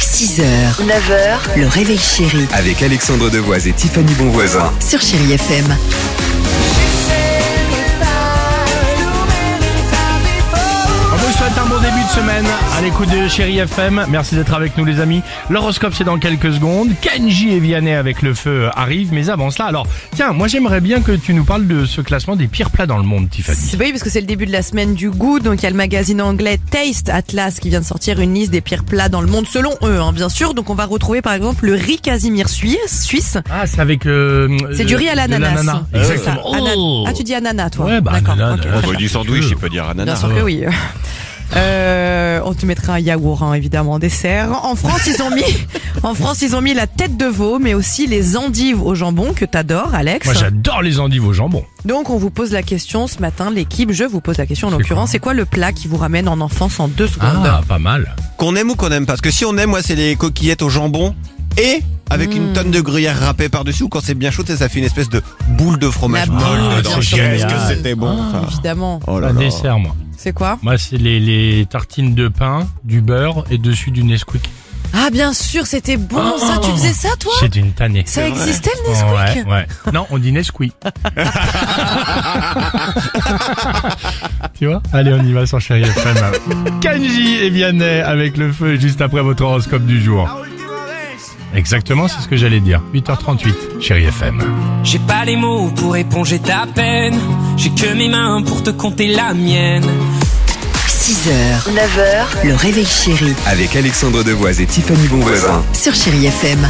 6h, 9h, le réveil chéri Avec Alexandre Devoise et Tiffany Bonvoisin. sur Chérie FM. On Ah, vous souhaite un bon début de semaine à l'écoute de Chéri FM. Merci d'être avec nous les amis. L'horoscope c'est dans quelques secondes. Kenji et Vianney avec le feu arrivent, mais avant cela, alors tiens, moi j'aimerais bien que tu nous parles de ce classement des pires plats dans le monde, Tiffany. C'est- Oui, parce que c'est le début de la semaine du goût. Donc, il y a le magazine anglais Taste Atlas qui vient de sortir une liste des pires plats dans le monde, selon eux, hein, bien sûr. Donc, on va retrouver, par exemple, le riz Casimir suisse. suisse. Ah, c'est avec... euh, C'est euh, du riz à de l'ananas. Ah C'est Exactement. ça. Ana- Oh Ah, tu dis ananas, toi Ouais, bah, D'accord. ananas, ok. ananas. Bon, du sandwich, il peut dire Bien ananas. sûr que oui. Euh, on te mettra un yaourt hein, évidemment en dessert. En France, ils ont mis, en France, ils ont mis la tête de veau, mais aussi les endives au jambon que t'adores, Alex. Oh. Moi j'adore les endives au jambon. Donc on vous pose la question ce matin, l'équipe, je vous pose la question en C'est l'occurrence, c'est quoi le plat qui vous ramène en enfance en deux secondes Ah, pas mal. Qu'on aime ou qu'on aime pas Parce que si on aime, moi, c'est les coquillettes au jambon et avec une tonne de gruyère râpée par-dessus. ou Quand c'est bien chaud, tu sais, ça fait une espèce de boule de fromage La molle Ah, boule, dedans. bien sûr. Qu'est-ce que c'était bon ça. Évidemment. Oh là Un là. dessert moi. C'est quoi Moi c'est les, les tartines de pain, du beurre et dessus du Nesquik. Ah bien sûr, c'était bon Oh. ça, tu faisais ça toi C'est une tannée. Ça existait le Nesquik Ouais, ouais. Non, on dit Nesquik. tu vois Allez, on y va sur Chéri FM. Kanji et Vianney avec le feu juste après votre horoscope du jour. Exactement, c'est ce que j'allais dire. 8h38, Chéri FM. J'ai pas les mots pour éponger ta peine. J'ai que mes mains pour te compter la mienne. 6h, 9h, le réveil chéri Avec Alexandre Devoise et Tiffany Bonvoisin. sur Chérie FM.